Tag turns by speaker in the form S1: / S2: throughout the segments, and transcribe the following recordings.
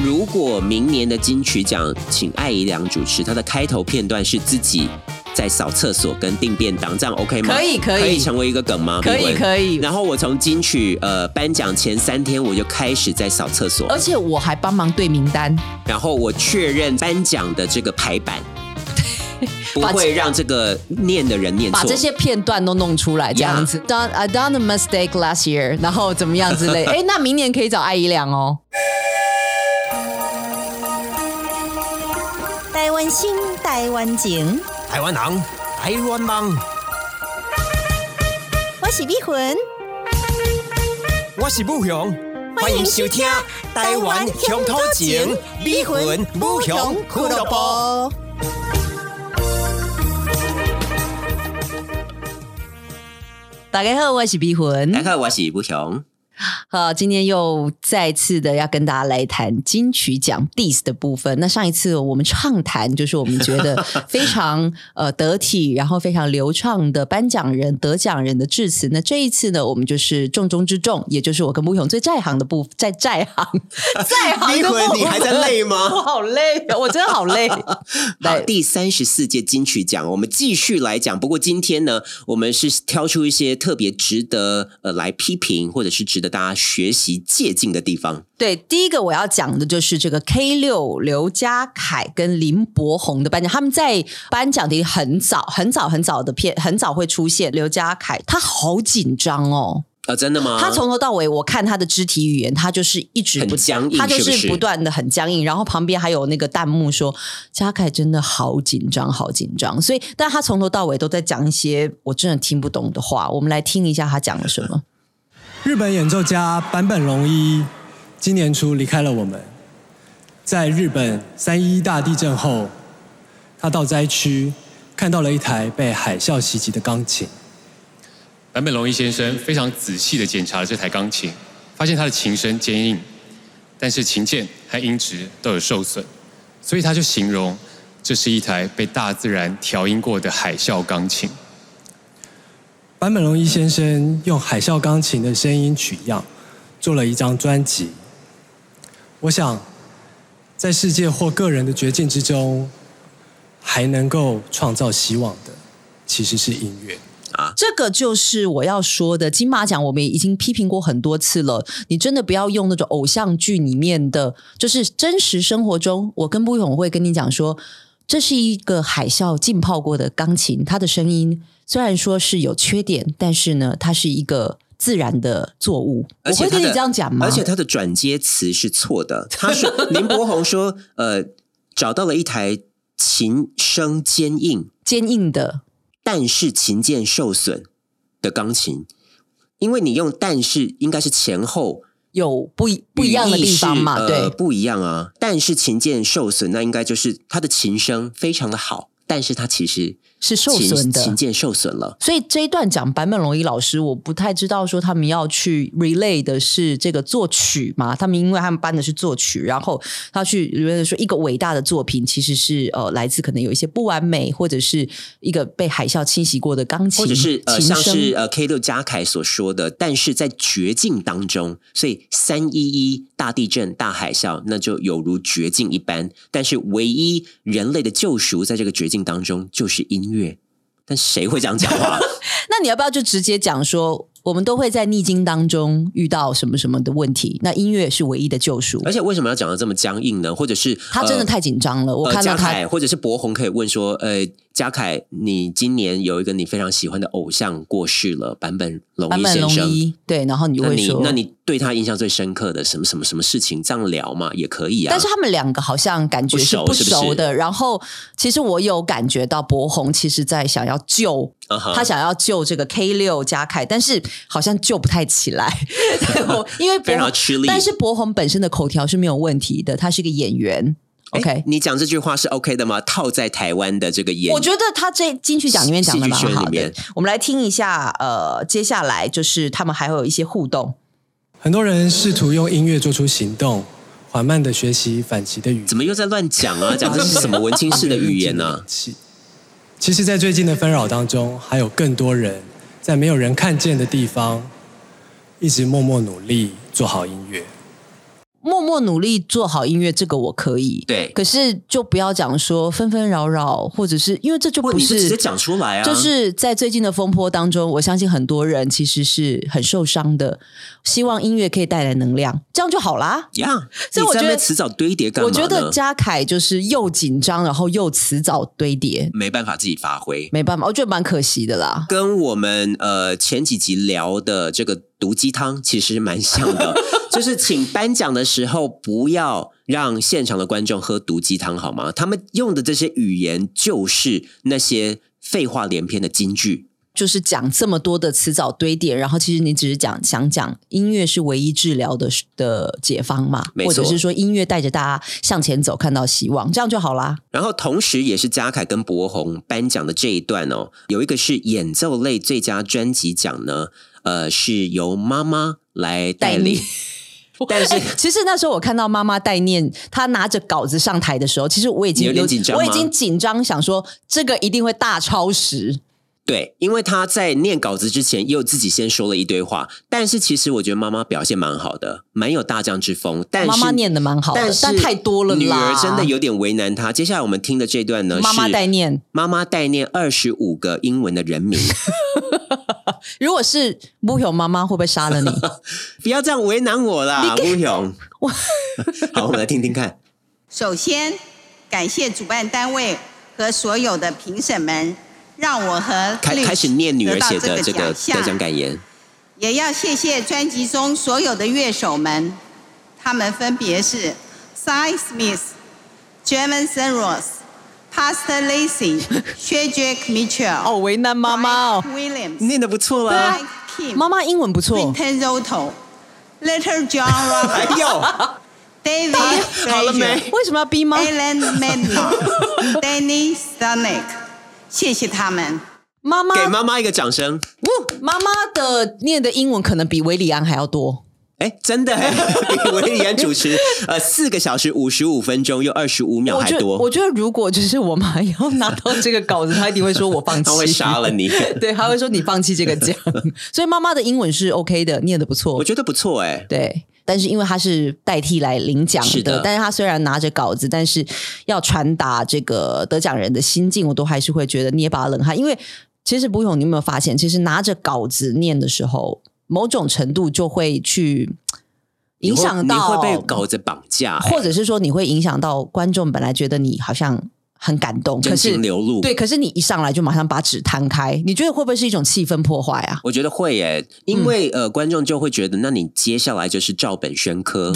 S1: 如果明年的金曲奖请艾怡良主持，它的开头片段是自己在扫厕所跟订便当，这样 OK 吗？
S2: 可以可以
S1: 可以成为一个梗吗？
S2: 可
S1: 明
S2: 以
S1: 文
S2: 可以。
S1: 然后我从金曲呃颁奖前三天我就开始在扫厕所
S2: 而，且我还帮忙对名单，
S1: 然后我确认颁奖的这个排版， 不
S2: 把
S1: 会让这个念的人念
S2: 把
S1: 错。
S2: 这些片段都弄出来，这样子。Done I done a mistake last year，然后怎么样之类。哎，那明年可以找艾怡良哦。
S3: 台湾心，台湾情，
S4: 台湾人，台湾梦，
S3: 我是美魂。
S4: 我是武雄，欢迎收听《台湾乡土情》，美魂武雄俱乐部。
S2: 大家好，我是碧魂
S1: 大。家好，我是不雄。
S2: 嗯好，呃今天又再次的要跟大家来谈金曲奖 diss 的部分。那上一次我们畅谈，就是我们觉 得非常呃得体，然后非常流畅的颁奖人、得奖人的致辞。那这一次呢，我们就是重中之重，也就是我跟穆勇最在行的部在在行 在行
S1: 灵
S2: 的部
S1: 魂，
S2: 分。
S1: 你还在累吗？
S2: 我好累哦，我真的好 累。
S1: 好，
S2: 来，
S1: 第三十四届金曲奖，我们继续来讲。不过今天呢，我们是挑出一些特别值得呃来批评，或者是值得大家学习借鉴的地方。
S2: 对，第一个我要讲的就是这个 K 六刘家凯跟林柏宏的颁奖，他们在颁奖典礼很早、很早、很早的片，很早会出现。刘家凯他好紧张哦，
S1: 呃，真的吗？
S2: 他从头到尾我看他的肢体语言，他就是一直不
S1: 很僵硬
S2: 他就
S1: 不
S2: 是
S1: 是
S2: 不断的很僵硬。然后旁边还有那个弹幕说家凯真的好紧张，好紧张。所以，但他从头到尾都在讲一些我真的听不懂的话。我们来听一下他讲了什么。
S5: 日本演奏家坂本龙一今年初离开了我们。在日本三一大地震后，他到灾区看到了一台被海啸袭击的钢琴。
S6: 坂本龙一先生非常仔细地检查了这台钢琴，发现它的琴身坚硬，但是琴键和音质都有受损，所以他就形容这是一台被大自然调音过的海啸钢琴。
S5: 坂本龙一先生用海啸钢琴的声音取样，做了一张专辑。我想，在世界或个人的绝境之中，还能够创造希望的，其实是音乐。
S2: 这个就是我要说的。金马奖我们也已经批评过很多次了，你真的不要用那种偶像剧里面的，就是真实生活中，我跟不勇会跟你讲说，这是一个海啸浸泡过的钢琴，它的声音虽然说是有缺点，但是呢，它是一个自然的作物。我
S1: 而且
S2: 会
S1: 他
S2: 跟
S1: 的
S2: 你这样讲吗？
S1: 而且他的转接词是错的。他说 林柏宏说，呃，找到了一台琴声坚硬，
S2: 坚硬的，
S1: 但是琴键受损的钢琴，因为你用但是应该是前后。
S2: 有不一不一样的地方嘛，
S1: 语义是
S2: 对
S1: 呃，。不一样啊。但是琴键受损，那应该就是他的琴声非常的好，但是他其实
S2: 是受损的
S1: 琴琴键受损了。
S2: 所以这一段讲坂本龙一老师，我不太知道说他们要去 relay 的是这个作曲嘛？他们因为他们班的是作曲，然后他去 relay 说一个伟大的作品其实是呃来自可能有一些不完美，或者是一个被海啸侵袭过的钢琴，
S1: 或者是呃，
S2: 琴
S1: 像
S2: 声
S1: 是呃 K 六加凯所说的，但是在绝境当中，所以三一一大地震、大海啸，那就有如绝境一般。但是唯一人类的救赎，在这个绝境当中，就是音乐。但谁会这样讲 话？
S2: 那你要不要就直接讲说，我们都会在逆境当中遇到什么什么的问题？那音乐是唯一的救赎
S1: 而。且为什么要讲的这么僵硬呢？或者是
S2: 他真的
S1: 呃
S2: 太紧张了，我
S1: 呃
S2: 看
S1: 嘉
S2: 到他
S1: 凯或者是博宏可以问说，呃，嘉凯，你今年有一个你非常喜欢的偶像过世了，坂本龙
S2: 坂
S1: 一
S2: 本
S1: 先
S2: 龙
S1: 生。
S2: 一对，然后你就
S1: 那
S2: 会
S1: 你
S2: 说，
S1: 那你对他印象最深刻的什么什么什么事情？这样聊嘛也可以啊。
S2: 但是他们两个好像感觉是不
S1: 不熟是不
S2: 熟
S1: 是
S2: 的。然后，其实我有感觉到博宏其实在想要救、
S1: 啊哈
S2: 他想要救这个 K 六加凯，但是好像救不太起 来，对我因为博
S1: 非常
S2: 宏，
S1: 吃力。
S2: 但是博宏本身的口条是没有问题的，他是一个演员。
S1: 诶
S2: OK，
S1: 哎你讲这句话是 OK 的吗？套在台湾的这个演，
S2: 我觉得他这金曲奖里面讲的蛮
S1: 戏剧圈
S2: 好
S1: 里
S2: 的
S1: 面。
S2: 我们来听一下，呃，接下来就是他们还会有一些互动。
S5: 很多人试图用音乐做出行动，缓慢的学习反击的语言。
S1: 怎么又在乱讲啊？讲这是什么文青式的语言啊 呢、
S5: 其实，在最近的纷扰当中，还有更多人在没有人看见的地方，一直默默努力做好音乐。
S2: 默默努力做好音乐，这个我可以。
S1: 对
S2: 可是就不要讲说纷纷扰扰，或者是因为这就
S1: 或
S2: 不
S1: 你就直
S2: 是
S1: 接讲出来啊，
S2: 就是在最近的风波当中，我相信很多人其实是很受伤的。希望音乐可以带来能量，这样就好啦。
S1: 呀，
S2: 所以
S1: 你
S2: 我
S1: 在那
S2: 觉
S1: 边
S2: 得
S1: 迟早堆叠干嘛
S2: 我
S1: 呢？
S2: 觉得嘉凯就是又紧张，然后又迟早堆叠，
S1: 没办法自己发挥。
S2: 没办法，我觉得蛮可惜的啦。
S1: 跟我们呃前几集聊的这个毒鸡汤其实蛮像 的，就是请颁奖的时候不要让现场的观众喝毒鸡汤好吗？他们用的这些语言就是那些废话连篇的金句。
S2: 就是讲这么多的词藻堆叠，然后其实你只是讲想讲音乐是唯一治疗的的解方嘛
S1: 没，错
S2: 或者是说音乐带着大家向前走，看到希望，这样就好啦。
S1: 然后，同时也是嘉凯跟博宏颁奖的这一段哦，有一个是演奏类最佳专辑奖呢，呃，是由妈妈来带领，但是
S2: 哎 其实那时候我看到妈妈代念，她拿着稿子上台的时候，其实我已经
S1: 你有点紧张吗
S2: 我已经紧张，想说这个一定会大超时。
S1: 对，因为他在念稿子之前又自己先说了一堆话，但是其实我觉得妈妈表现蛮好的，蛮有大将之风。但是
S2: 妈妈念的蛮好的，
S1: 但
S2: 但
S1: 是
S2: 太多了啦，
S1: 女儿真的有点为难他。接下来我们听的这段呢，
S2: 妈妈
S1: 是
S2: 代念。
S1: 妈妈代念二十五个英文的人 名，
S2: 如果是木有妈妈，会不会杀 了你？
S1: 不要这样为难我啦，吴 勇。好，我们来听听看。
S7: 首先，感谢主办单位和所有的评审们，让我和
S1: 开
S7: Cliff
S1: 开始念女儿
S7: 得到
S1: 写的这
S7: 这
S1: 个
S7: 个
S1: 得
S7: 项
S1: 奖感言，
S7: 也要谢谢专辑中所有的乐手们，他们分别是 Cy Smith、German s e n r o s Pastor Lacy、Shedrick Mitchell、
S2: 哦，为难妈妈哦
S7: Mike，Williams、
S1: 念的不错
S7: 对
S1: 啦。
S7: Kim、
S2: 妈妈英文不错。
S7: Quinton Roto、Little John
S1: 哎
S7: Roberts、
S1: 呦， 哎
S7: David
S1: 好了
S7: Frazier
S1: 没。
S2: 为什么要逼妈
S7: Alan m a d n o Danny Stanek，谢谢他们。
S2: 妈妈
S1: 给妈妈一个掌声！
S2: 妈妈的念的英文可能比维里安还要多。
S1: 哎，真的哎，比维里安主持 呃四个小时五十五分钟又二十五秒
S2: 我
S1: 还
S2: 觉得，我
S1: 多，
S2: 觉得如果就是我妈要拿到这个稿子，她一定会说我放弃，
S1: 他会杀了你。
S2: 对，他会说你放弃这个奖。 所以妈妈的英文是 OK 的，念的不错
S1: 我。觉得不错哎，
S2: 对，但是因为他是代替来领奖
S1: 是的
S2: 但是他虽然拿着稿子，但是要传达这个得奖人的心境，我都还是会觉得捏把冷汗。因为其实不勇，你有没有发现，其实拿着稿子念的时候，某种程度就会去
S1: 你
S2: 影
S1: 会
S2: 响到
S1: 你会被稿子绑架哎，
S2: 或者是说你会影响到观众，本来觉得你好像很感动，可
S1: 真
S2: 是
S1: 情流露。
S2: 对，，可是你一上来就马上把纸摊开，你觉得会不会是一种气氛破坏啊？
S1: 我觉得会耶，因为呃，观众就会觉得，那你接下来就是照本宣 科。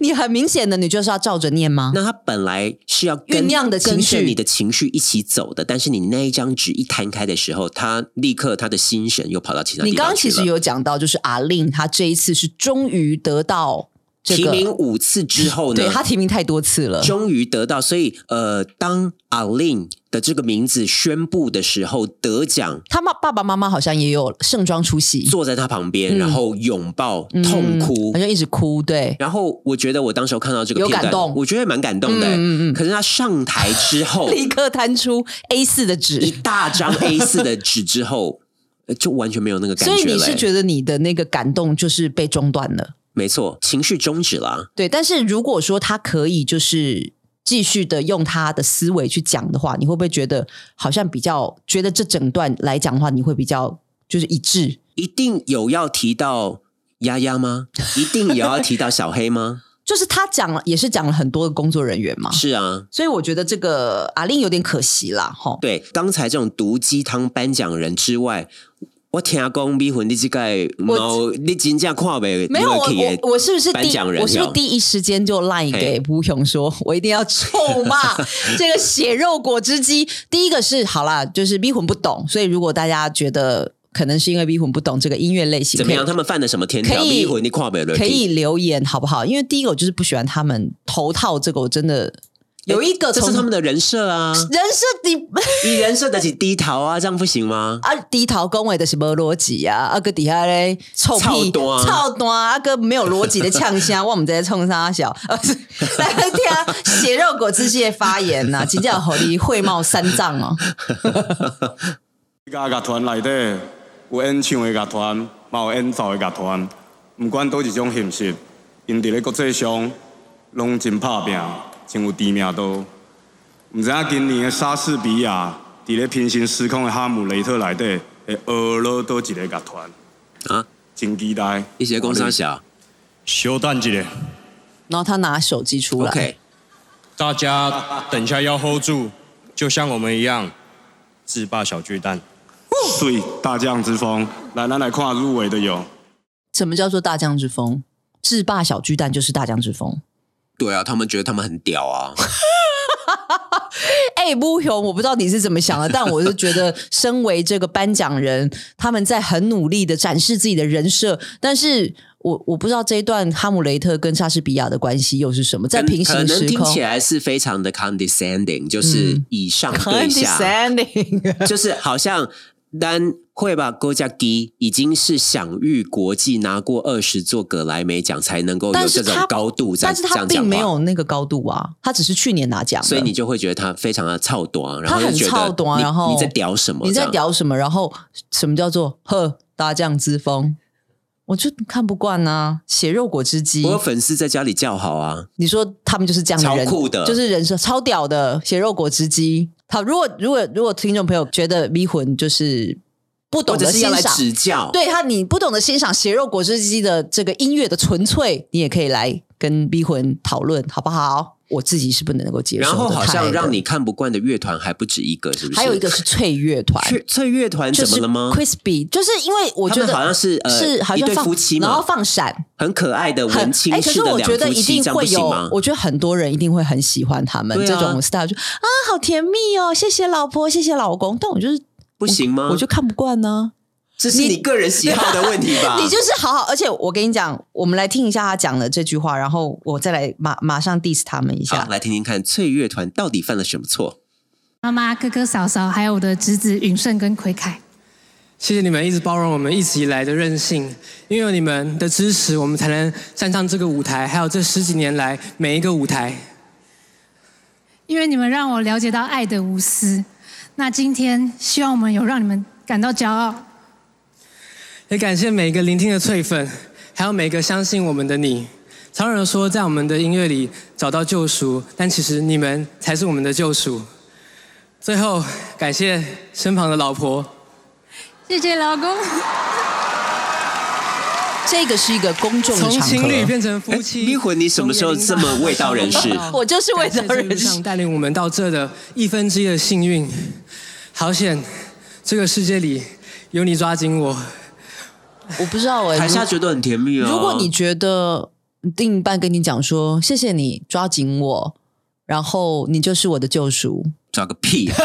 S2: 你很明显的，你就是要照着念吗？
S1: 那他本来是要跟
S2: 酝酿的情
S1: 跟
S2: 绪
S1: 着你的情绪一起走的，但是你那一张纸一摊开的时候，他立刻他的心神又跑到其他地方
S2: 你刚刚
S1: 去
S2: 其实
S1: 了
S2: 有讲到，就是阿令他这一次是终于得到这
S1: 提
S2: 个，
S1: 名五次之后呢，
S2: 对他提名太多次了。
S1: 终于得到，所以呃，当阿令的这个名字宣布的时候，得奖
S2: 他妈爸爸妈妈好像也有盛装出席，
S1: 坐在他旁边，
S2: 嗯
S1: 然后拥抱、
S2: 嗯
S1: 痛哭
S2: 好。像一直哭。对，
S1: 然后我觉得我当时候看到这个
S2: 有
S1: 片
S2: 感
S1: 段，
S2: 动
S1: 我觉得蛮感动的、欸。
S2: 嗯嗯嗯
S1: 可是他上台之后，
S2: 立刻摊出 A 四的
S1: 一
S2: 纸，
S1: 大 张 A 四的纸之后，呃就完全没有那个感觉
S2: 所
S1: 了欸、
S2: 以你是觉得你的那个感动就是被中断了。
S1: 没错，情绪终止了。
S2: 对，但是如果说他可以就是继续的用他的思维去讲的话，你会不会觉得好像比较觉得这整段来讲的话，你会比较就是一致？
S1: 一定有要提到丫丫 吗？一定有要提到小黑吗？
S2: 就是他讲了，也是讲了很多的工作人员嘛，
S1: 是啊，
S2: 所以我觉得这个阿令有点可惜啦，哈。
S1: 对，刚才这种毒鸡汤颁奖人之外，我听讲米魂你这个猫，你真正看袂
S2: 没有我我我是不是
S1: 颁
S2: 第
S1: 奖人
S2: 我是不
S1: 哟
S2: 是第一时间就赖给吴雄说，我一定要臭 骂这个血肉果汁机？第一个是好啦，就是逼魂不懂，所以如果大家觉得可能是因为逼魂不懂这个音乐类型，
S1: 怎么样？
S2: 可
S1: 他
S2: 以
S1: 们犯了什么天条？
S2: 可以
S1: 米魂你看袂落去
S2: 可以留言好不好？因为第一个我就是不喜欢他们头套这个，我真的有一个
S1: 这是
S2: 从
S1: 他们的人设啊，
S2: 人设你。
S1: 你人设得起低头啊，这样不行 吗？
S2: 啊，低头恭维的是无逻辑啊，啊个底下嘞臭屁
S1: 臭蛋
S2: 臭蛋啊个没有逻辑的呛 声，我们在冲啥小，啊是 来听啊血肉果汁蟹发言呐、啊，请教侯力会貌三藏哦，
S8: 家乐团内底有演唱的乐团，嘛有演奏的乐团，毋管倒一种形式，因伫咧国际上拢真拍拼，真有知名度。毋知影今年的莎士比亚伫咧平行时空的哈姆雷特内底会学了倒一个乐团，
S1: 啊，
S8: 真期待。
S1: 一些工商
S2: 哦
S1: 小
S9: 稍等一下，
S2: 然后他拿手机出来
S1: ，OK，
S9: 大家等一下要 hold 住，就像我们一样，制霸小巨蛋。
S8: 水大将之风，来咱来看入围的有
S2: 什么叫做大将之风？制霸小巨蛋就是大将之风。
S1: 对啊，他们觉得他们很屌啊，
S2: 哎、不雄，我不知道你是怎么想的，但我是觉 得，身为这个颁奖人，他们在很努力的展示自己的人设，但是我我不知道这一段哈姆雷特跟莎士比亚的关系又是什么，在平
S1: 可
S2: 行
S1: 能
S2: 时
S1: 听
S2: 空
S1: 起来是非常的 condescending，就是以上对下。
S2: 嗯 condescending，
S1: 就是好像丹会把郭嘉基已经是享誉国际，拿过二十座葛莱美奖才能够有
S2: 但是
S1: 这种
S2: 他
S1: 高度在
S2: 但是
S1: 这
S2: 他
S1: 样讲
S2: 并没
S1: 话，
S2: 有那个高度啊，他只是去年拿奖了，
S1: 所以你就会觉得他非常的操短，然
S2: 他
S1: 后
S2: 很
S1: 就觉得
S2: 操短
S1: 你
S2: 然后
S1: 你在屌什么？
S2: 你
S1: 这
S2: 在
S1: 样
S2: 聊什么？然后什么叫做呵大将之风？我就看不惯啊，血肉果汁机
S1: 我。有粉丝在家里叫好啊，
S2: 你说他们就是这样的人，
S1: 超酷的
S2: 就是人设超屌的血肉果汁机。好，如果如果如果听众朋友觉得迷魂就是不
S1: 或
S2: 懂
S1: 者
S2: 得
S1: 是
S2: 欣
S1: 要来
S2: 赏，
S1: 指教，
S2: 对他你不懂得欣赏血肉果汁机的这个音乐的纯粹，你也可以来跟迷魂讨论，好不好？我自己是不能够接受的。
S1: 然后好
S2: 太
S1: 像
S2: 爱
S1: 让
S2: 的
S1: 你看不惯的乐团还不止一个，是不是？
S2: 还有一个是翠乐团，
S1: 翠翠乐团
S2: 就
S1: 怎么
S2: 是
S1: 了吗？
S2: crispy，就是因为我
S1: 他
S2: 觉
S1: 们
S2: 得
S1: 好像是呃
S2: 是好
S1: 一
S2: 像
S1: 对
S2: 放
S1: 夫妻嘛
S2: 然后放闪，
S1: 很可爱的
S2: 很
S1: 文青
S2: 哎，可
S1: 式
S2: 是
S1: 的
S2: 我
S1: 两
S2: 觉得
S1: 夫
S2: 一
S1: 妻，
S2: 定
S1: 这样不
S2: 会
S1: 行
S2: 有
S1: 吗，？
S2: 我觉得很多人一定会很喜欢他们、
S1: 对啊
S2: 这种 style，就啊好甜蜜哦，谢谢老婆，谢谢老公，但我就是
S1: 不行吗？
S2: 我就看不惯呢、
S1: 这是你个人喜好的问题吧？
S2: 你就是好好，而且我跟你讲，我们来听一下他讲的这句话，然后我再来马马上 diss 他们一
S1: 好
S2: 下，。
S1: 来听听看翠乐团到底犯了什么错。
S10: 妈妈、哥哥、嫂嫂，还有我的侄子允胜跟奎凯。
S5: 谢谢你们一直包容我们一直以来的任性，因为有你们的支持，我们才能站上这个舞台，还有这十几年来每一个舞台。
S10: 因为你们让我了解到爱的无私。那今天希望我们有让你们感到骄傲。
S5: 也感谢每一个聆听的翠粉，还有每个相信我们的你。常有人说，在我们的音乐里找到救赎，但其实你们才是我们的救赎。最后，感谢身旁的老婆，
S10: 谢谢老公，
S2: 这个是一个公众的
S5: 从
S2: 场
S5: 情侣
S2: 合。
S5: 变成夫妻。
S1: 哎迷魂你什么时候这么味道 人士
S2: 我就是味道人士
S5: 感谢这一路上带领我们到这的一分之一的幸运，好险！这个世界里有你抓紧我。
S2: 我不知道哎、
S1: 台下觉得很甜蜜啊。
S2: 如果你觉得另一半跟你讲说谢谢你抓紧我，然后你就是我的救赎，
S1: 抓个 屁，
S2: 就是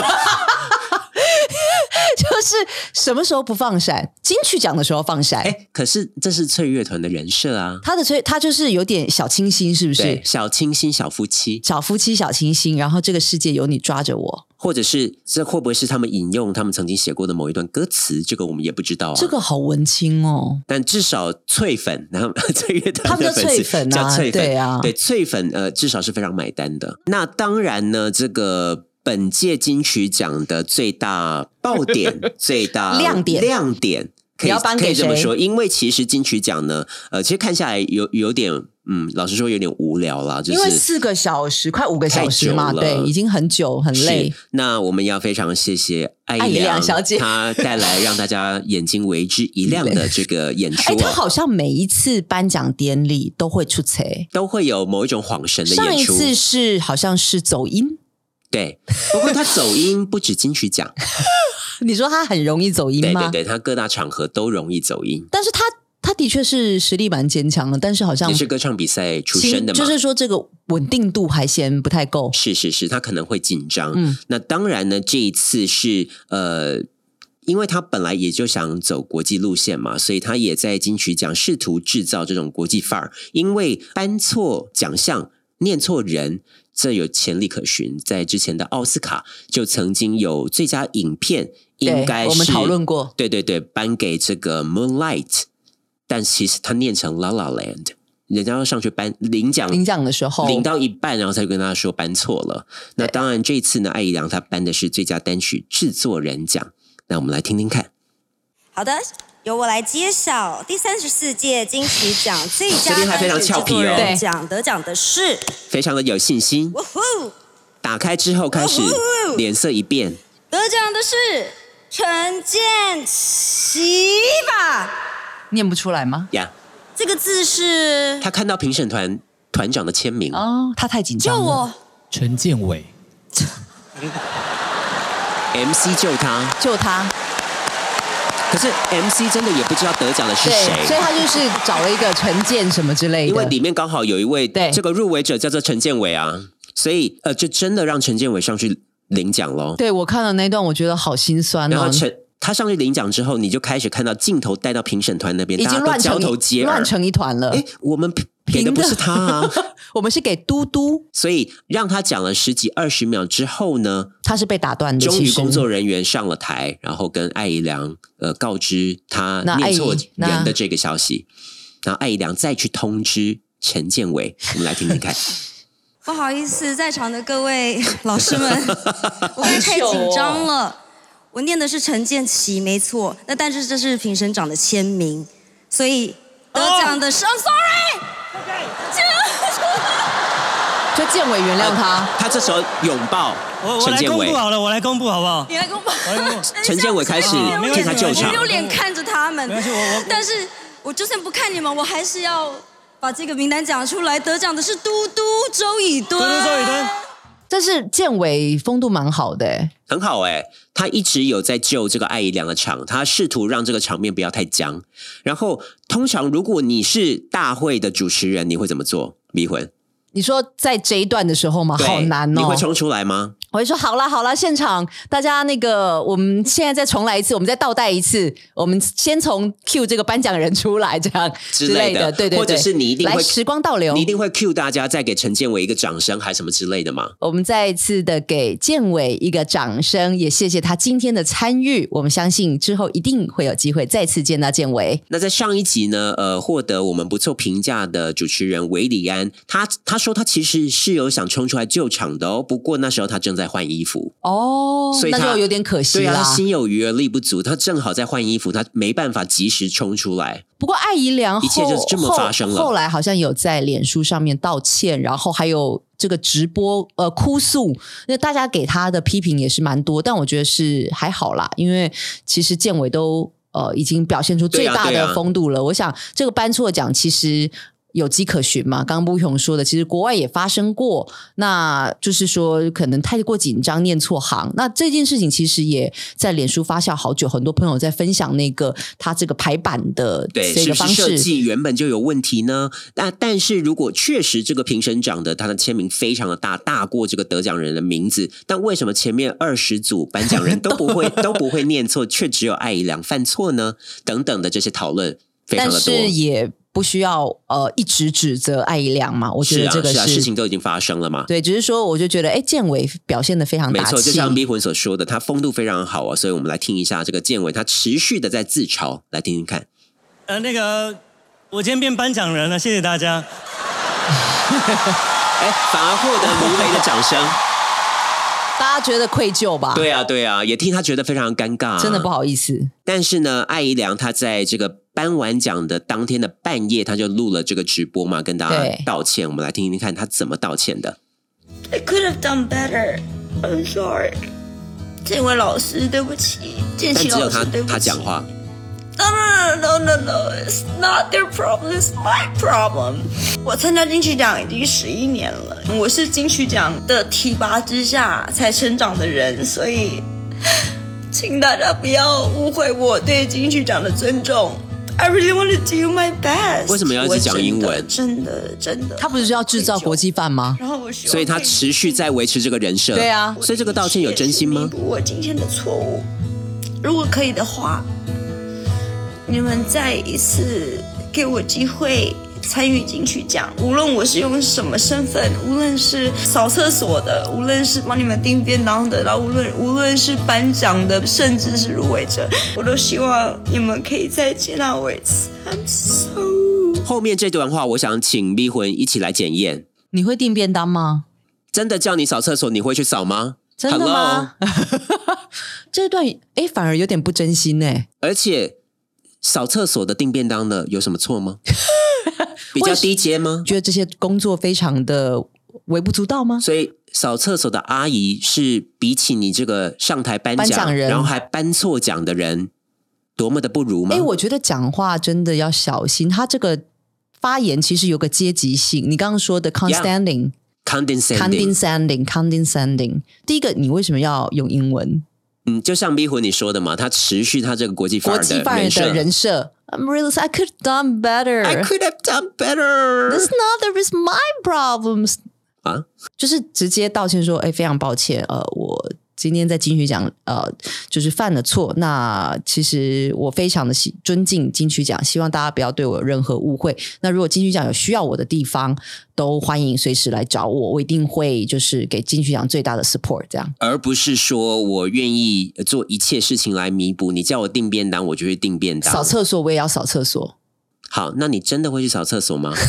S2: 什么时候不放闪？金曲奖的时候放闪。
S1: 哎，可是这是翠乐团的人设啊，
S2: 他的吹，他就是有点小清新，是不
S1: 对
S2: 是，？
S1: 小清新小夫妻，
S2: 小夫妻小清新，然后这个世界有你抓着我，
S1: 或者是这会不会是他们引用他们曾经写过的某一段歌词？这个我们也不知道啊。
S2: 这个好文青哦。
S1: 但至少翠粉， 然后翠乐团
S2: 他们
S1: 的
S2: 叫
S1: 粉丝
S2: 翠粉啊
S1: 叫翠粉，
S2: 对啊
S1: 对翠粉，呃，至少是非常买单的。那当然呢，这个本届金曲奖的最大爆 点、最大
S2: 亮点
S1: 亮点。可以
S2: 你要颁
S1: 可
S2: 给
S1: 以这么
S2: 谁
S1: 说，因为其实金曲奖呢，呃，其实看下来有有点，嗯，老实说有点无聊啦，就是
S2: 因为四个小时，快五个小时嘛，
S1: 太久了
S2: 对，已经很久很累
S1: 是。，那我们要非常谢谢艾
S2: 艾怡良小姐
S1: 她带来让大家眼睛为之一亮的这个演出、
S2: 哎，
S1: 啊。
S2: 他好像每一次颁奖典礼都会出差。
S1: 都会有某一种恍神的
S2: 上
S1: 演
S2: 一
S1: 出。
S2: 次是好像是走音，
S1: 对，不过他走音不止金曲奖，
S2: 你说他很容易走 音
S1: 对
S2: 吗？
S1: 对对，他各大场合都容易走音。
S2: 但是他他的确是实力蛮坚强的，但是好像
S1: 你是歌唱比赛出身的嘛？
S2: 就是说这个稳定度还嫌不太够。
S1: 是是是，他可能会紧张。
S2: 嗯
S1: 那当然呢，这一次是呃。因为他本来也就想走国际路线嘛，所以他也在金曲奖试图制造这种国际范儿。因为颁错奖项、念错人，这有前例可循。在之前的奥斯卡就曾经有最佳影片，应该
S2: 对
S1: 是
S2: 我们讨论过，
S1: 对对对，颁给这个 Moonlight，但其实他念成 La La Land，人家要上去颁领奖，
S2: 领奖的时候
S1: 领到一半，然后才跟他说颁错了。那当然，这一次呢，艾怡良他颁的是最佳单曲制作人奖。那我们来听听看，
S11: 好的，由我来揭晓第三十四届金曲奖最
S1: 这
S11: 佳
S1: 边还非常
S11: 男女
S1: 俏
S11: 制
S1: 皮
S11: 作
S1: 哦
S11: 人奖，得奖的是，
S1: 非常的有信心。
S11: 哇呼，
S1: 打开之后开始
S2: 哦
S1: 脸色一变，
S11: 得奖的是陈建奇吧？
S2: 念不出来吗？
S1: 呀、
S11: 这个字是
S1: 他看到评审团团长的签名，
S2: 哦，他太紧张了。
S11: 救我！
S12: 陈建伟
S1: ，MC 救他，
S2: 救他，
S1: 可是 MC 真的也不知道得奖的是谁，
S2: 对，所以他就是找了一个陈建什么之类的，
S1: 因为里面刚好有一位
S2: 对
S1: 这个入围者叫做陈建伟啊，所以呃，就真的让陈建伟上去领奖喽。
S2: 对我看了那段，我觉得好心酸
S1: 然
S2: 哦
S1: 后。陈他上去领奖之后，你就开始看到镜头带到评审团那边，
S2: 已
S1: 大
S2: 经
S1: 家
S2: 乱
S1: 都交
S2: 成
S1: 头
S2: 一
S1: 接耳
S2: 乱。成一团了。
S1: 哎，我们给的不是他啊，
S2: 我们是给嘟嘟，
S1: 所以让他讲了十几二十秒之后呢，
S2: 他是被打断的。
S1: 终于
S2: 其实
S1: 工作人员上了台，然后跟艾怡良呃告知他
S2: 那
S1: 念错
S2: 艾怡那
S1: 人的这个消息，然后艾怡良再去通知陈建伟，我们来听听 看。
S11: 不好意思，在场的各位老师们， 我会太紧张
S1: 哦
S11: 了。我念的是陈建奇，没错。那但是这是评审长的签名，所以得奖的是、哦、，sorry。
S2: 就建伟原谅他，
S1: 他这时候拥抱
S13: 我我
S1: 陈
S13: 来
S1: 建
S13: 公
S1: 伟
S13: 布，啊好了，我来公布好不好？
S11: 哎你来跟我，哎嗯
S1: 陈建伟开始
S13: 好没问题
S1: 替他救场
S11: 我。丢脸看着他们
S13: 没关系我我。
S11: 但是我就算不看你们，我还是要把这个名单讲出来。得奖的是嘟嘟周以敦。嘟嘟周以敦。
S2: 但是建伟风度蛮好的、哎
S1: 很好哎、他一直有在救这个艾怡良的场，他试图让这个场面不要太僵。然后，通常如果你是大会的主持人，你会怎么做？离婚？
S2: 你说在这一段的时候嘛，
S1: 对
S2: 好难哦。
S1: 你会冲出来吗？
S2: 我会说好啦好啦，现场大家那个，我们现在再重来一次，我们再倒带一次，我们先从 Q 这个颁奖人出来，这样
S1: 之类
S2: 类
S1: 的，
S2: 对对对，
S1: 或者是你一定
S2: 来
S1: 会
S2: 时光倒流，
S1: 你一定会 cue 大家再给陈建伟一个掌声，还什么之类的吗？
S2: 我们再一次的给建伟一个掌声，也谢谢他今天的参与。我们相信之后一定会有机会再次见到建伟。
S1: 那在上一集呢，呃，获得我们不错评价的主持人韦礼安，他他说他其实是有想冲出来救场的哦，不过那时候他正在换衣服，
S2: 哦
S1: 所以
S2: 那
S1: 他
S2: 就有点可惜
S1: 对啊，
S2: 啦。
S1: 他心有余而力不足，他正好在换衣服，他没办法及时冲出来。
S2: 不过艾怡良后
S1: 一切就这么发生了
S2: 后后来好像有在脸书上面道歉，然后还有这个直播呃哭诉，那大家给他的批评也是蛮多，但我觉得是还好啦，因为其实建伟都呃已经表现出最大
S1: 对啊对啊
S2: 的风度了。我想这个颁错奖其实。有迹可循嘛？刚刚不雄说的，其实国外也发生过，那就是说可能太过紧张，念错行。那这件事情其实也在脸书发酵好久，很多朋友在分享那个他这个排版的
S1: 对，
S2: 这
S1: 是不
S2: 个
S1: 是
S2: 方
S1: 设
S2: 式。
S1: 计原本就有问题呢？那但是如果确实这个评审长的他的签名非常的大，大过这个得奖人的名字，但为什么前面二十组颁奖人都不 会都不会念错，却只有艾怡良犯错呢？等等的这些讨论非常
S2: 但
S1: 的多。
S2: 是也不需要呃一直指责艾怡良嘛，我觉得
S1: 啊
S2: 这个
S1: 是啊，事情都已经发生了嘛。
S2: 对，只是说我就觉得哎，建伟表现的非常
S1: 没
S2: 大气，
S1: 错，就像迷魂所说的，他风度非常好啊，所以我们来听一下这个建伟，他持续的在自嘲，来听听看。
S13: 呃，那个，我今天变颁奖人了，谢谢大家。
S1: 哎，反而获得如雷的掌声。
S2: 大家觉得愧疚吧？
S1: 对啊，对啊，也替他觉得非常尴尬、
S2: 真的不。好意思。
S1: 但是呢，艾怡良他在这个颁完奖的当天的半夜，他就录了这个直播嘛，跟大家
S14: 对
S1: 道歉。我们来听听看他怎么道歉的。
S14: I could have done better. I'm sorry. 建伟老师，对不起，建
S1: 但
S14: 奇
S1: 只有
S14: 老
S1: 他
S14: 师，对不
S1: 他
S14: 起。
S1: 讲话，
S14: No no no no no no, it's not their problem, it's my problem. 我参加金曲奖已经十一年了，我是金曲奖的提拔之下才成长的人，所以，请大家不要误会我对金曲奖的尊重。I really want to do my best.
S1: 为什么要一直讲英文
S14: 我真的真的真的。
S2: 他不是要制造国际饭吗？
S14: 然后我希望
S1: 所以他持续在维持这个人设。
S14: 对啊
S1: 所以这个道歉有真心吗？
S14: 我今天的错误。如果可以的话，你们再一次给我机会参与金曲奖，无论我是用什么身份，无论是扫厕所的，无论是帮你们订便当的，然后无论无论是颁奖的，甚至是入围者，我都希望你们可以再接纳我一次。I'm so
S1: 后面这段话，我想请迷魂一起来检验。
S2: 你会订便当吗？
S1: 真的叫你扫厕所，你会去扫吗？
S2: 真的
S1: Hello？
S2: 吗？这段哎，反而有点不真心哎、
S1: 而且扫厕所的订便当的有什么错 吗？比较低阶吗？
S2: 觉得这些工作非常的微不足道吗？
S1: 所以扫厕所的阿姨是比起你这个上台颁
S2: 颁奖人
S1: 然后还颁错奖的人，多么的不如吗？
S2: 哎，我觉得讲话真的要小心，他这个发言其实有个阶级性。你刚刚说的 condescending、
S1: condescending，
S2: condescending、condescending，第一个你为什么要用英文？
S1: 嗯，就像逼婚你说的嘛，他持续他这个国际范
S2: 国
S1: 儿
S2: 际范儿
S1: 设
S2: 的人设。I'm really sorry. I could have done better.
S1: I could have done better.
S2: This not is my problems.
S1: 啊，
S2: 就是直接道歉说，哎，非常抱歉，呃，我今天在金曲奖，呃，就是犯了错。那其实我非常的喜尊敬金曲奖，希望大家不要对我有任何误会。那如果金曲奖有需要我的地方，都欢迎随时来找我，我一定会就是给金曲奖最大的 support。这样，
S1: 而不是说我愿意做一切事情来弥补。你叫我订便当，我就去订便当。
S2: 扫厕所我也要扫厕所。
S1: 好，那你真的会去扫厕所吗？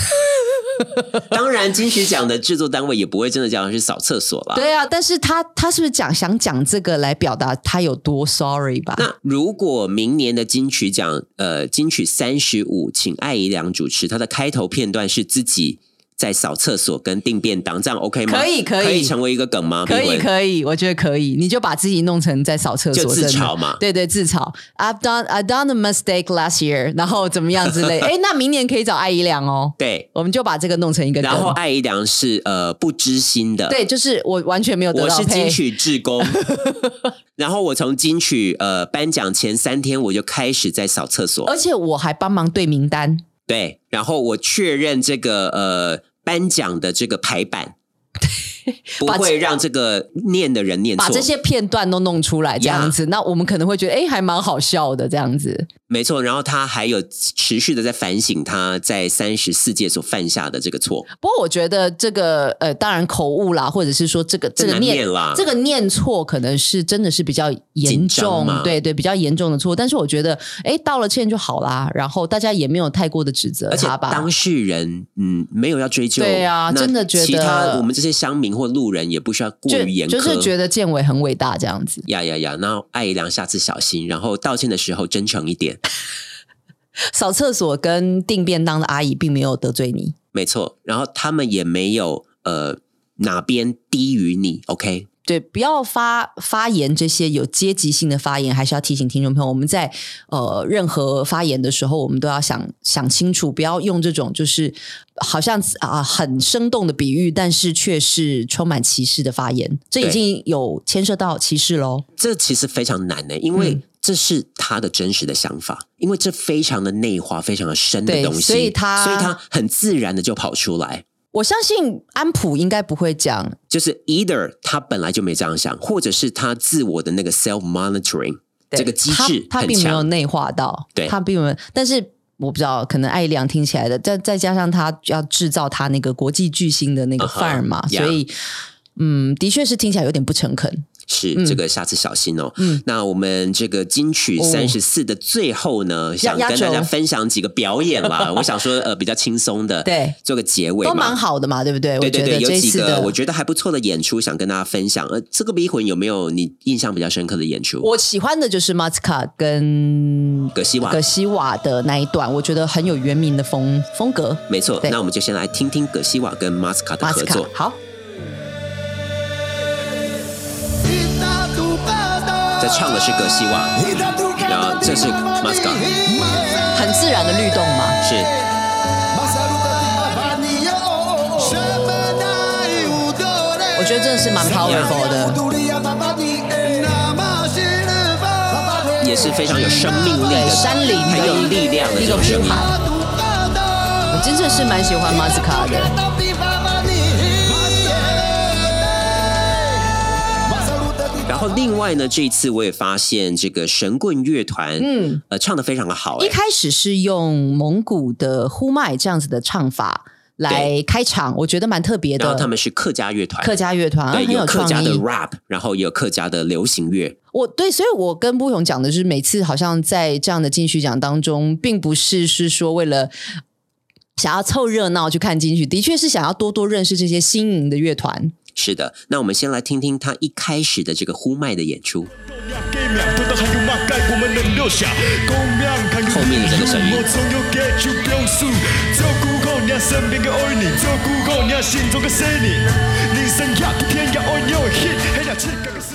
S1: 当然，金曲奖的制作单位也不会真的叫你去扫厕所啦。
S2: 对啊，但是他他是不是讲想讲这个来表达他有多 sorry 吧？
S1: 那如果明年的金曲奖，呃，金曲三十五，请艾怡良主持，它的开头片段是自己在扫厕所跟订便当，这样 OK 吗？
S2: 可以可以
S1: 可以成为一个梗吗？
S2: 可
S1: 碧
S2: 以
S1: 文
S2: 可以，我觉得可以，你就把自己弄成在扫厕所，
S1: 就自
S2: 真的
S1: 嘲嘛
S2: 对对，自嘲。I've done I done a mistake last year，然后怎么样之 类。哎，那明年可以找艾姨良哦。
S1: 对，
S2: 我们就把这个弄成一个梗。
S1: 然后艾怡良是呃不知心的，
S2: 对，就是我完全没有得
S1: 我
S2: 到
S1: 是
S2: 配
S1: 金曲志 工，然后我从金曲呃颁奖前三天我就开始在扫厕所，
S2: 而且我还帮忙对名单。
S1: 对，然后我确认这个呃颁奖的这个排版， 不
S2: 把这
S1: 会让这个念的人念错。
S2: 把这些片段都弄出来，这样子那我们可能会觉得，哎，还蛮好笑的这样子。
S1: 没错，然后他还有持续的在反省他在三十四届所犯下的这个错。
S2: 不过我觉得这个呃，当然口误啦，或者是说这个这
S1: 这
S2: 个
S1: 难
S2: 念
S1: 免啦
S2: 这个念错，可能是真的是比较严
S1: 紧张
S2: 重
S1: 嘛，
S2: 对对，比较严重的错。但是我觉得，哎，道了歉就好啦，然后大家也没有太过的指责
S1: 而且
S2: 呃他吧
S1: 当。事人嗯没有要追究，
S2: 对啊
S1: 那
S2: 真的觉得
S1: 其他我们这些乡民或路人也不需要过
S2: 就
S1: 于严苛，
S2: 就是觉得建伟很伟大这样子。
S1: 呀呀呀！然后艾怡良下次小心，然后道歉的时候真诚一点。
S2: 扫厕所跟订便当的阿姨并没有得罪你，
S1: 没错，然后他们也没有呃哪边低于你，OK？
S2: 对，不要发发言这些有阶级性的发言，还是要提醒听众朋友，我们在呃任何发言的时候，我们都要想想清楚，不要用这种就是好像啊、很生动的比喻，但是却是充满歧视的发言，这已
S1: 对
S2: 经有牵涉到歧视喽。
S1: 这其实非常难呢、欸因为
S2: 嗯
S1: 这是他的真实的想法，因为这非常的内化、非常的深的
S2: 对
S1: 东西，
S2: 所以他
S1: 所以他很自然的就跑出来。
S2: 我相信安普应该不会讲，
S1: 就是 either 他本来就没这样想，或者是他自我的那个 self monitoring
S2: 对
S1: 这个机制
S2: 他他
S1: 很
S2: 并没有嗯
S1: 强，
S2: 内化到，
S1: 对
S2: 他并没有，但是。我不知道，可能艾良听起来的，再再加上他要制造他那个国际巨星的那个
S1: 啊哈
S2: 范儿嘛
S1: yeah
S2: 所以，嗯，的确是听起来有点不诚恳。
S1: 是、
S2: 嗯
S1: 这个下次小心哦。
S2: 嗯
S1: 那我们这个金曲
S2: 哦
S1: 三十四的最后呢，想
S2: 压
S1: 跟大
S2: 轴
S1: 家分享几个表演啦。我想说，呃，比较轻松的，
S2: 对，
S1: 做个结尾嘛，
S2: 都蛮。好的嘛，对不对？
S1: 对对
S2: 我
S1: 对，
S2: 觉得
S1: 有
S2: 这一
S1: 几
S2: 次
S1: 个
S2: 的，
S1: 我觉得还不错的演出，想跟大家分享。呃，这个迷魂有没有你印象比较深刻的演出？
S2: 我喜欢的就是马斯卡跟
S1: 葛西瓦
S2: 葛西瓦的那一段，我觉得很有原名的风风格。
S1: 没错，
S2: 对
S1: 那我们就先来听听葛西瓦跟马斯卡的
S2: 马
S1: 合
S2: 斯卡
S1: 作。
S2: 好，
S1: 在唱的是葛西瓦，然后这是马斯卡，
S2: 很自然的律动嘛。
S1: 是
S2: 我觉得真的是蛮 powerful 的，
S1: 也是非常有生命力
S2: 对
S1: 的，
S2: 山林
S1: 很
S2: 的
S1: 有
S2: 一
S1: 力量的
S2: 一
S1: 这
S2: 个
S1: 种声
S2: 呼
S1: 音。
S2: 喊。我真的是蛮喜欢马斯卡的。
S1: 然后另外呢，这一次我也发现这个神棍乐团，
S2: 嗯
S1: 嗯，呃，唱的非常的好、
S2: 一
S1: 欸，
S2: 开始是用蒙古的呼麦这样子的唱法来
S1: 对
S2: 开场，我觉得蛮特别
S1: 然后
S2: 的。
S1: 他们是客家乐团，
S2: 客家乐团
S1: 对
S2: 很
S1: 有客
S2: 创
S1: 家的
S2: 意。
S1: rap，然后也有客家的流行乐，
S2: 我对，所以我跟布勇讲的是，每次好像在这样的金曲奖当中，并不是是说为了想要凑热闹去看金曲，的确是想要多多认识这些新颖的乐团。
S1: 是的。那我们先来听听他一开始的这个呼麦的演出，
S12: 给秒，等到还有骂盖，我们能热
S1: 后面的人的声音。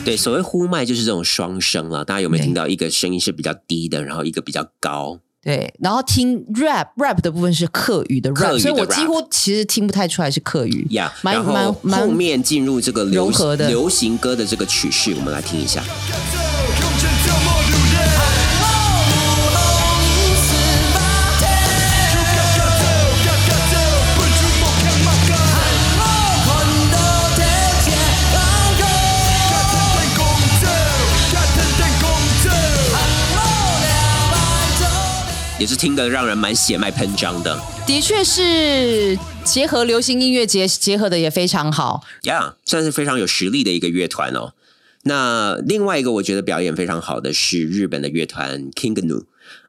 S1: 对，所谓呼麦就是这种双声了，大家有没有听到？一个声音是比较低的，然后一个比较高。
S2: 对，然后听 rap rap 的部分是客语的 rap，
S1: 客语的
S2: 所以我
S1: rap
S2: 几乎其实听不太出来是客语。
S1: 呀、
S2: 蛮
S1: 然后
S2: 蛮蛮
S1: 后面进入这个流
S2: 融合的
S1: 流行歌的这个曲式，我们来听一下。也是听得让人蛮血脉喷张的
S2: 的确是结合流行音乐结结合的也非常好。
S1: 呀算是非常有实力的一个乐团哦。那另外一个我觉得表演非常好的是日本的乐团 Kingnu，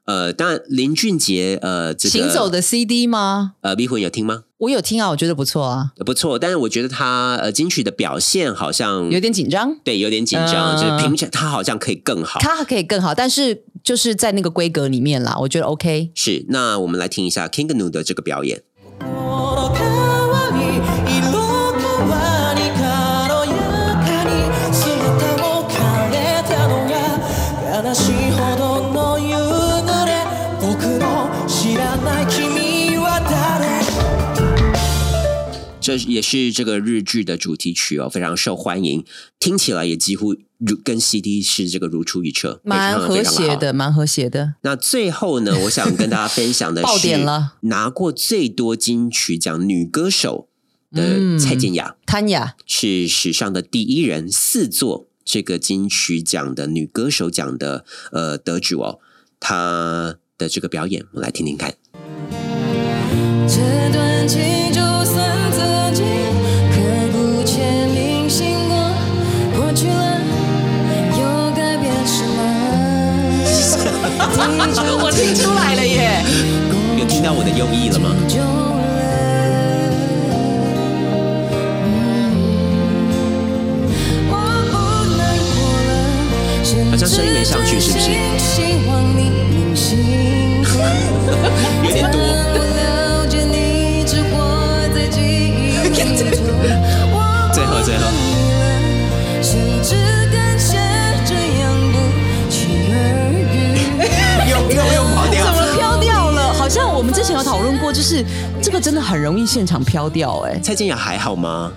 S1: 呃，当然林俊杰呃这个
S2: 行走的 CD 吗？
S1: 呃迷魂有听吗？
S2: 我有听啊，我觉得不错啊。
S1: 呃不错，但是我觉得他呃金曲的表现好像
S2: 有点紧张，
S1: 对，有点紧张，
S2: 嗯
S1: 就是平常他好像可以更好。
S2: 它可以更好，但是就是在那个规格里面啦，我觉得 OK。
S1: 是，那我们来听一下 Kingnu 的这个表演。
S12: 悲しいほどの夕暮れ僕の知らない君は誰
S1: 这也是这个日剧的主题曲哦，非常受欢迎，听起来也几乎如跟 CD 是这个如出一辙，
S2: 蛮和
S1: 非常非常
S2: 谐
S1: 好。
S2: 的，蛮和谐的。
S1: 那最后呢，我想跟大家分享的是
S2: 爆点了
S1: 拿过最多金曲奖女歌手的
S2: 嗯
S1: 蔡健雅，
S2: 潘雅
S1: 是史上的第一人，四座这个金曲奖的女歌手奖的呃得主哦，她的这个表演，我们来听听看。
S15: 这段情就算走进，刻骨且铭心过。过去了，又改变什么？
S2: 我听出来了耶！
S1: 有听到我的用意了吗？
S15: 好
S1: 像声音没上去是不是
S15: 有点 多。
S1: 最后， 最后，
S15: 又又又跑掉
S2: 怎么飘掉了？好像我们之前有讨论过，就是这个真的很容易现场飘掉哎、
S1: 蔡健雅还好吗？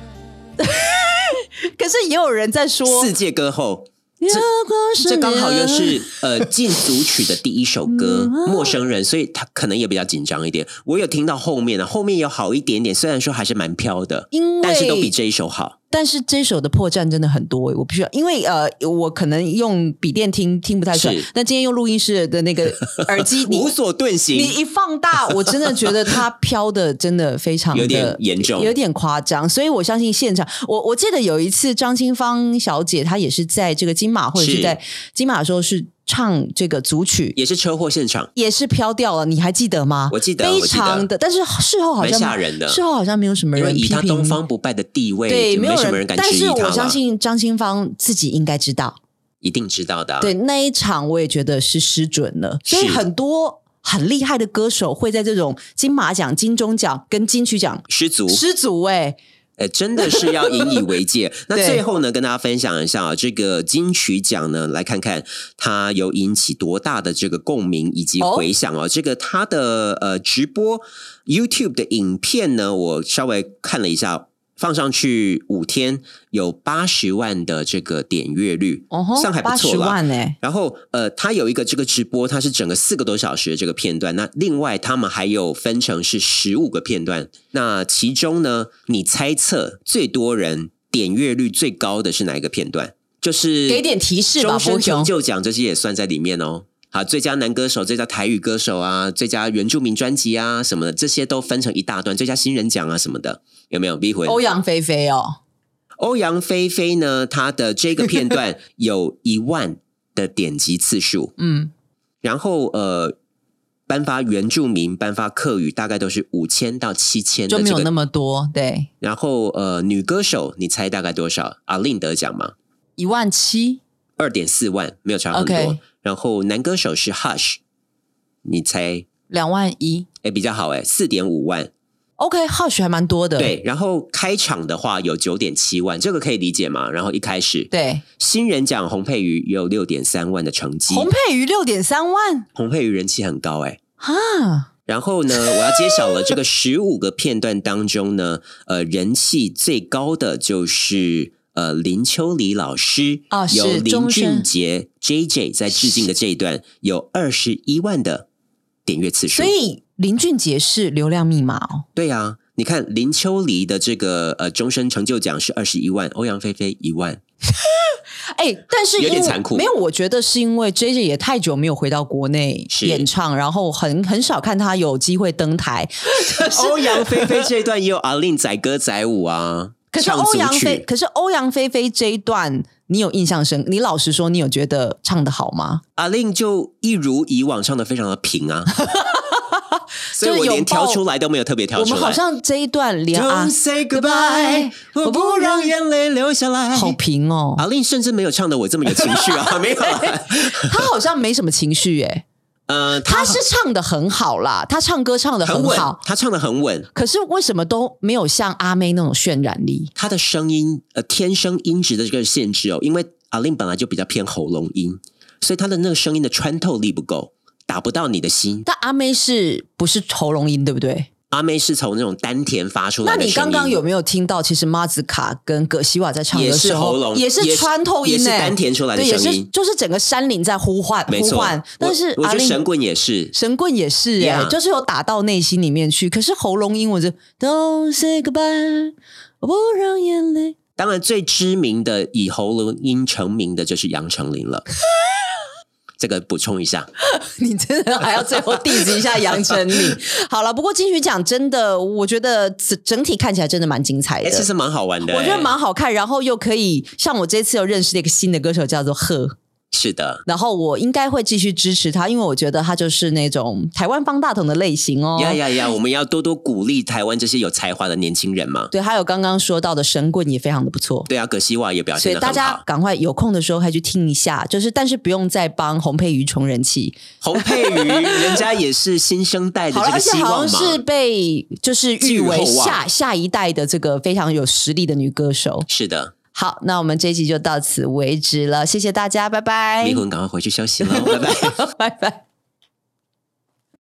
S2: 可是也有人在说，
S1: 世界歌后，
S2: 如果 是嗯
S1: 这刚好又
S2: 你
S1: 是呃进组曲的第一首 歌《陌生人》，所以他可能也比较紧张一点。我有听到后面啊的，后面有好一点点，虽然说还是蛮飘的，
S2: 因为
S1: 但是都比这一首好。
S2: 但是这首的破绽真的很多、我必须要，因为呃，我可能用笔电听听不太出来
S1: 是，
S2: 那今天用录音室的那 个耳机，你
S1: 无所遁形
S2: 你一放大，我真的觉得它飘的真的非常的
S1: 有点严重
S2: 有点夸张，所以我相信现场，我我记得有一次张清芳小姐她也是在这个金马或者
S1: 是
S2: 是在金马的时候是唱这个组曲，
S1: 也是车祸现场，
S2: 也是飘掉了，你还记得吗？
S1: 我记得
S2: 非
S1: 我记得
S2: 常的，但是事后好
S1: 蛮
S2: 像
S1: 吓人的。
S2: 事后好像没有什么
S1: 因为
S2: 人
S1: 以
S2: 批
S1: 他
S2: 评
S1: 东方不败的地位，
S2: 对，
S1: 就
S2: 没
S1: 没
S2: 有
S1: 什么人敢
S2: 但
S1: 质疑
S2: 是
S1: 他
S2: 我相
S1: 了。
S2: 信张清芳自己应该知道，
S1: 一定知道的啊、
S2: 对那一场我也觉得是失准了，
S1: 是
S2: 所以很多很厉害的歌手会在这种金马奖、金钟奖跟金曲奖
S1: 失足，
S2: 失足哎、
S1: 呃，真的是要引以为 戒。那
S2: 对
S1: 最后呢，跟大家分享一下啊，这个金曲奖呢，来看看它有引起多大的这个共鸣以及回响哦。这个它的呃直播 YouTube 的影片呢，我稍微看了一下。放上去五天有八十万的这个点阅率，
S2: 哦吼
S1: 算还不错
S2: 80
S1: 了。
S2: 万欸
S1: 然后呃，它有一个这个直播，它是整个四个多小时的这个片段。那另外他们还有分成是十五个片段。那其中呢，你猜测最多人点阅率最高的是哪一个片段？就是
S2: 给点提示吧
S1: 终身
S2: 波雄
S1: 成就奖这些也算在里面哦。好，最佳男歌手、最佳台语歌手啊、最佳原住民专辑啊什么的，这些都分成一大段。最佳新人奖啊什么的，有没有？逼回
S2: 欧阳菲菲哦，
S1: 欧阳菲菲呢，她的这个片段有一万的点击次数，
S2: 嗯，
S1: 然后呃，颁发原住民、颁发客语大概都是五千到七千、这
S2: 就
S1: 个，
S2: 没有那么多，对，
S1: 然后呃，女歌手你猜大概多少？阿令得奖吗？
S2: 一万七，
S1: 二点四万，没有差很多。
S2: OK
S1: 然后男歌手是 Hush，你猜
S2: 两万一，
S1: 哎，比较好哎，四点五万。
S2: OK，Hush 还蛮多的。
S1: 对，，然后开场的话有九点七万，这个可以理解嘛？然后一开始
S2: 对
S1: 新人奖洪佩瑜也有六点三万的成绩，
S2: 洪佩瑜六点三万
S1: 洪佩瑜人气很高哎、
S2: 啊，
S1: 然后呢，我要揭晓了，这个十五个片段当中呢，呃，人气最高的就是呃林秋离老师
S2: 啊是
S1: 由林
S2: 终
S1: 俊
S2: 身
S1: 杰 J J 在致敬的这一段有二十一万的点阅次数，
S2: 所以林俊杰是流量密码哦。
S1: 对啊，你看林秋离的这个呃终身成就奖是二十一万，欧阳菲菲一万，
S2: 哎，但是因为
S1: 有点残酷
S2: 没有，我觉得是因为 J J 也太久没有回到国内演唱，然后很很少看他有机会登台。
S1: 欧阳菲菲这一段也有阿令载歌载舞啊，
S2: 可是
S1: 唱
S2: 欧
S1: 组
S2: 阳菲，
S1: 曲
S2: 可是欧阳菲菲这一段，你有印象深？你老实说，你有觉得唱的好吗？
S1: 阿令就一如以往唱的非常的平 啊，所以
S2: 就是
S1: 我
S2: 有
S1: 连
S2: 爆
S1: 挑出来都没有特别挑
S2: 我
S1: 出
S2: 们
S1: 来。
S2: 好像这一段连啊
S1: Don't say goodbye，我不让眼泪流下来。啊
S2: 好平哦，
S1: 阿令甚至没有唱的我这么有情绪 啊，没有啊。
S2: 他好像没什么情绪耶。
S1: 呃，
S2: 他是唱的很好啦，他唱歌唱的
S1: 很稳
S2: 好，，
S1: 他唱的很稳，
S2: 可是为什么都没有像阿妹那种渲染力？
S1: 他的声音呃天生音质的这个限制哦，因为阿令本来就比较偏喉咙音，所以他的那个声音的穿透力不够，打不到你的心。
S2: 但阿妹是不是喉咙音，对不对？
S1: 阿妹是从那种丹田发出来
S2: 那
S1: 的声
S2: 你
S1: 音，
S2: 刚刚有没有听到？其实马子卡跟葛西瓦在唱
S1: 也
S2: 的
S1: 是
S2: 时候，
S1: 喉咙
S2: 也是
S1: 也是
S2: 穿透音、欸，
S1: 也是丹田出来的
S2: 对，也
S1: 声
S2: 是
S1: 音
S2: 就是整个山林在呼唤，
S1: 没
S2: 呼
S1: 错
S2: 唤。，但是
S1: 我我
S2: 阿
S1: 觉得
S2: 令
S1: 神棍也是，
S2: 神棍也是哎、
S1: Yeah
S2: 就是有打到内心里面去。可是喉咙音，我就 Don't say goodbye，我不让眼泪。
S1: 当然，最知名的以喉咙音成名的就是杨丞琳 了。这个补充一下，
S2: 你真的还要最后地击一下杨丞 琳？好了，不过金曲奖真的，我觉得整整体看起来真的蛮精彩
S1: 哎、
S2: 的。
S1: 其实蛮好玩的、哎
S2: 我觉得蛮好看，然后又可以像我这次又认识了一个新的歌手，叫做贺。
S1: 是的。
S2: 然后我应该会继续支持他，因为我觉得他就是那种台湾方大同的类型哦。
S1: 呀呀呀！我们要多多鼓励台湾这些有才华的年轻人嘛。
S2: 对，还有刚刚说到的神棍也非常的不错，
S1: 对啊，葛西瓦也表
S2: 所
S1: 现
S2: 以
S1: 的
S2: 大
S1: 很
S2: 家
S1: 好。
S2: 赶快有空的时候还去听一下，就是但是不用再帮洪佩瑜充人气。
S1: 洪佩瑜，人家也是新生代的
S2: 好了，
S1: 哎这个
S2: 而且
S1: 希
S2: 好
S1: 望
S2: 像
S1: 嘛。啊
S2: 是被就是
S1: 寄予
S2: 誉为
S1: 厚望
S2: 下下一代的这个非常有实力的女歌手。
S1: 是的，
S2: 好，那我们这一集就到此为止了，谢谢大家，拜拜，
S1: 迷魂赶快回去休息了，拜拜。
S2: 拜拜。